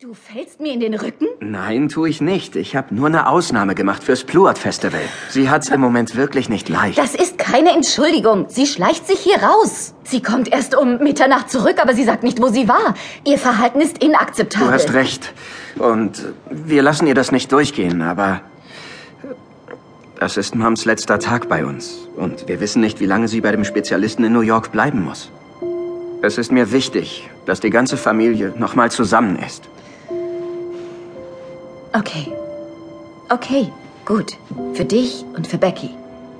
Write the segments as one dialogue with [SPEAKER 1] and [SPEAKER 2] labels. [SPEAKER 1] Du fällst mir in den Rücken?
[SPEAKER 2] Nein, tue ich nicht. Ich habe nur eine Ausnahme gemacht fürs Pluart Festival. Sie hat's im Moment wirklich nicht leicht.
[SPEAKER 1] Das ist keine Entschuldigung. Sie schleicht sich hier raus. Sie kommt erst um Mitternacht zurück, aber sie sagt nicht, wo sie war. Ihr Verhalten ist inakzeptabel.
[SPEAKER 2] Du hast recht. Und wir lassen ihr das nicht durchgehen, aber das ist Mams letzter Tag bei uns. Und wir wissen nicht, wie lange sie bei dem Spezialisten in New York bleiben muss. Es ist mir wichtig, dass die ganze Familie nochmal zusammen ist.
[SPEAKER 1] Okay. Okay, gut. Für dich und für Becky.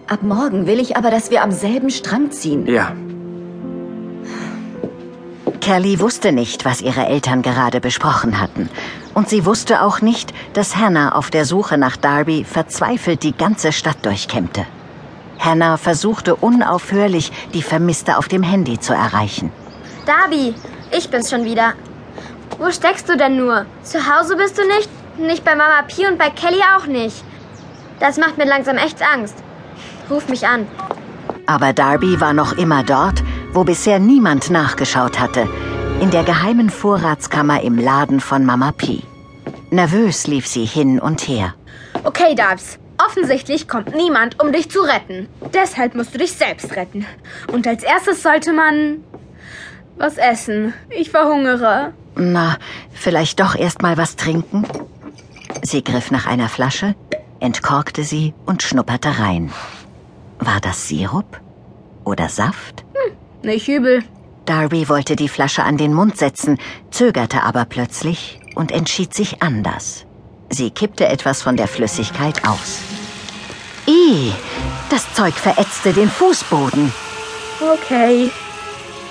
[SPEAKER 1] Ab morgen will ich aber, dass wir am selben Strang ziehen.
[SPEAKER 2] Ja,
[SPEAKER 3] Kelly wusste nicht, was ihre Eltern gerade besprochen hatten. Und sie wusste auch nicht, dass Hannah auf der Suche nach Darby verzweifelt die ganze Stadt durchkämmte. Hannah versuchte unaufhörlich, die Vermisste auf dem Handy zu erreichen.
[SPEAKER 4] Darby, ich bin's schon wieder. Wo steckst du denn nur? Zu Hause bist du nicht? Nicht bei Mama Pi und bei Kelly auch nicht. Das macht mir langsam echt Angst. Ruf mich an.
[SPEAKER 3] Aber Darby war noch immer dort, wo bisher niemand nachgeschaut hatte, in der geheimen Vorratskammer im Laden von Mama Pi. Nervös lief sie hin und her.
[SPEAKER 5] Okay, Darbs. Offensichtlich kommt niemand, um dich zu retten. Deshalb musst du dich selbst retten. Und als erstes sollte man was essen. Ich verhungere.
[SPEAKER 3] Na, vielleicht doch erst mal was trinken? Sie griff nach einer Flasche, entkorkte sie und schnupperte rein. War das Sirup? Oder Saft?
[SPEAKER 5] Nicht übel.
[SPEAKER 3] Darby wollte die Flasche an den Mund setzen, zögerte aber plötzlich und entschied sich anders. Sie kippte etwas von der Flüssigkeit aus. Ih, das Zeug verätzte den Fußboden.
[SPEAKER 5] Okay.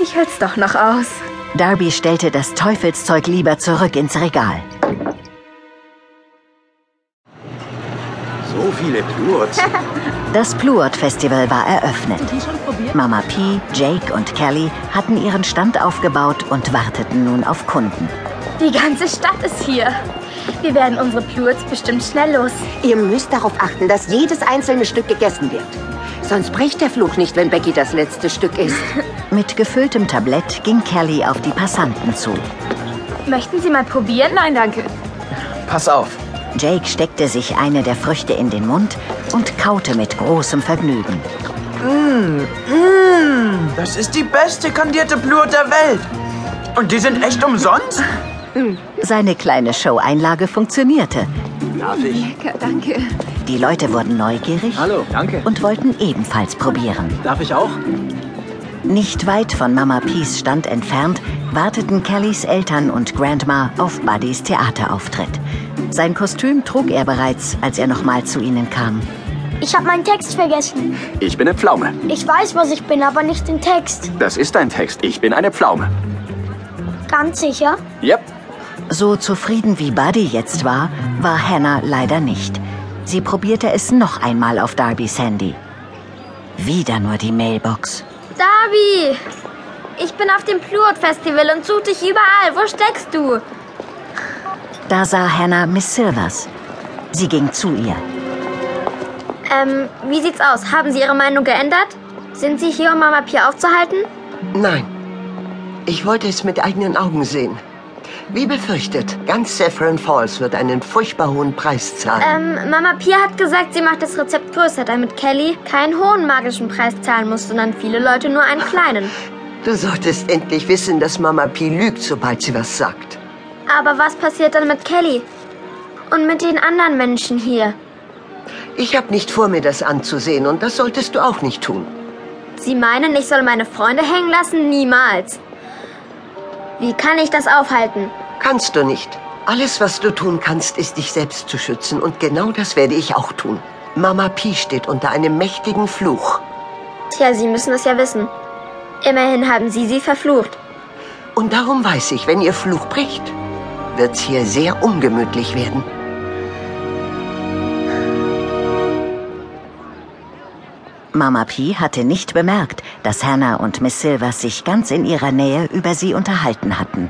[SPEAKER 5] Ich hält's doch noch aus.
[SPEAKER 3] Darby stellte das Teufelszeug lieber zurück ins Regal.
[SPEAKER 6] So viele Plurts.
[SPEAKER 3] Das Pluot-Festival war eröffnet. Mama P, Jake und Kelly hatten ihren Stand aufgebaut und warteten nun auf Kunden.
[SPEAKER 4] Die ganze Stadt ist hier. Wir werden unsere Plurts bestimmt schnell los.
[SPEAKER 7] Ihr müsst darauf achten, dass jedes einzelne Stück gegessen wird. Sonst bricht der Fluch nicht, wenn Becky das letzte Stück isst.
[SPEAKER 3] Mit gefülltem Tablett ging Kelly auf die Passanten zu.
[SPEAKER 4] Möchten Sie mal probieren? Nein, danke.
[SPEAKER 2] pass auf.
[SPEAKER 3] Jake steckte sich eine der Früchte in den Mund und kaute mit großem Vergnügen.
[SPEAKER 8] Das ist die beste kandierte Blut der Welt. Und die sind echt umsonst?
[SPEAKER 3] Seine kleine Show-Einlage funktionierte.
[SPEAKER 6] Darf ich?
[SPEAKER 3] Die Leute wurden neugierig
[SPEAKER 6] Hallo, danke.
[SPEAKER 3] und wollten ebenfalls probieren.
[SPEAKER 6] Darf ich auch?
[SPEAKER 3] Nicht weit von Mama Pees Stand entfernt warteten Kellys Eltern und Grandma auf Buddys Theaterauftritt. Sein Kostüm trug er bereits, als er nochmal zu ihnen kam.
[SPEAKER 9] Ich habe meinen Text vergessen.
[SPEAKER 2] Ich bin eine Pflaume.
[SPEAKER 9] Ich weiß, was ich bin, aber nicht den Text.
[SPEAKER 2] Das ist ein Text. Ich bin eine Pflaume.
[SPEAKER 9] Ganz sicher.
[SPEAKER 2] Yep.
[SPEAKER 3] So zufrieden wie Buddy jetzt war, war Hannah leider nicht. Sie probierte es noch einmal auf Darbys Handy. Wieder nur die Mailbox.
[SPEAKER 4] Darby! Ich bin auf dem Pluot-Festival und such dich überall. Wo steckst du?
[SPEAKER 3] Da sah Hannah Miss Silvers. Sie ging zu ihr.
[SPEAKER 4] Ähm, wie sieht's aus? Haben Sie Ihre Meinung geändert? Sind Sie hier, um Mama Pia aufzuhalten?
[SPEAKER 7] Nein. Ich wollte es mit eigenen Augen sehen. Wie befürchtet, ganz Saffron Falls wird einen furchtbar hohen Preis zahlen.
[SPEAKER 4] Ähm, Mama Pia hat gesagt, sie macht das Rezept größer, damit Kelly keinen hohen magischen Preis zahlen muss, sondern viele Leute nur einen kleinen.
[SPEAKER 7] Du solltest endlich wissen, dass Mama Pi lügt, sobald sie was sagt.
[SPEAKER 4] Aber was passiert dann mit Kelly? Und mit den anderen Menschen hier?
[SPEAKER 7] Ich habe nicht vor, mir das anzusehen und das solltest du auch nicht tun.
[SPEAKER 4] Sie meinen, ich soll meine Freunde hängen lassen? Niemals. Wie kann ich das aufhalten?
[SPEAKER 7] Kannst du nicht. Alles, was du tun kannst, ist dich selbst zu schützen und genau das werde ich auch tun. Mama Pi steht unter einem mächtigen Fluch.
[SPEAKER 4] Tja, Sie müssen es ja wissen. Immerhin haben Sie sie verflucht.
[SPEAKER 7] Und darum weiß ich, wenn ihr Fluch bricht, wird's hier sehr ungemütlich werden.
[SPEAKER 3] Mama P hatte nicht bemerkt, dass Hannah und Miss Silvers sich ganz in ihrer Nähe über sie unterhalten hatten.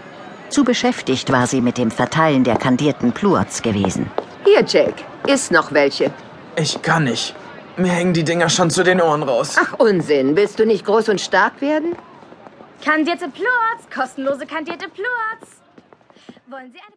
[SPEAKER 3] Zu beschäftigt war sie mit dem Verteilen der kandierten Pluots gewesen.
[SPEAKER 10] Hier, Jake, ist noch welche.
[SPEAKER 8] Ich kann nicht. Mir hängen die Dinger schon zu den Ohren raus.
[SPEAKER 10] Ach, Unsinn. Willst du nicht groß und stark werden?
[SPEAKER 5] Kandierte Plurz, kostenlose kandierte Plurz. Wollen Sie eine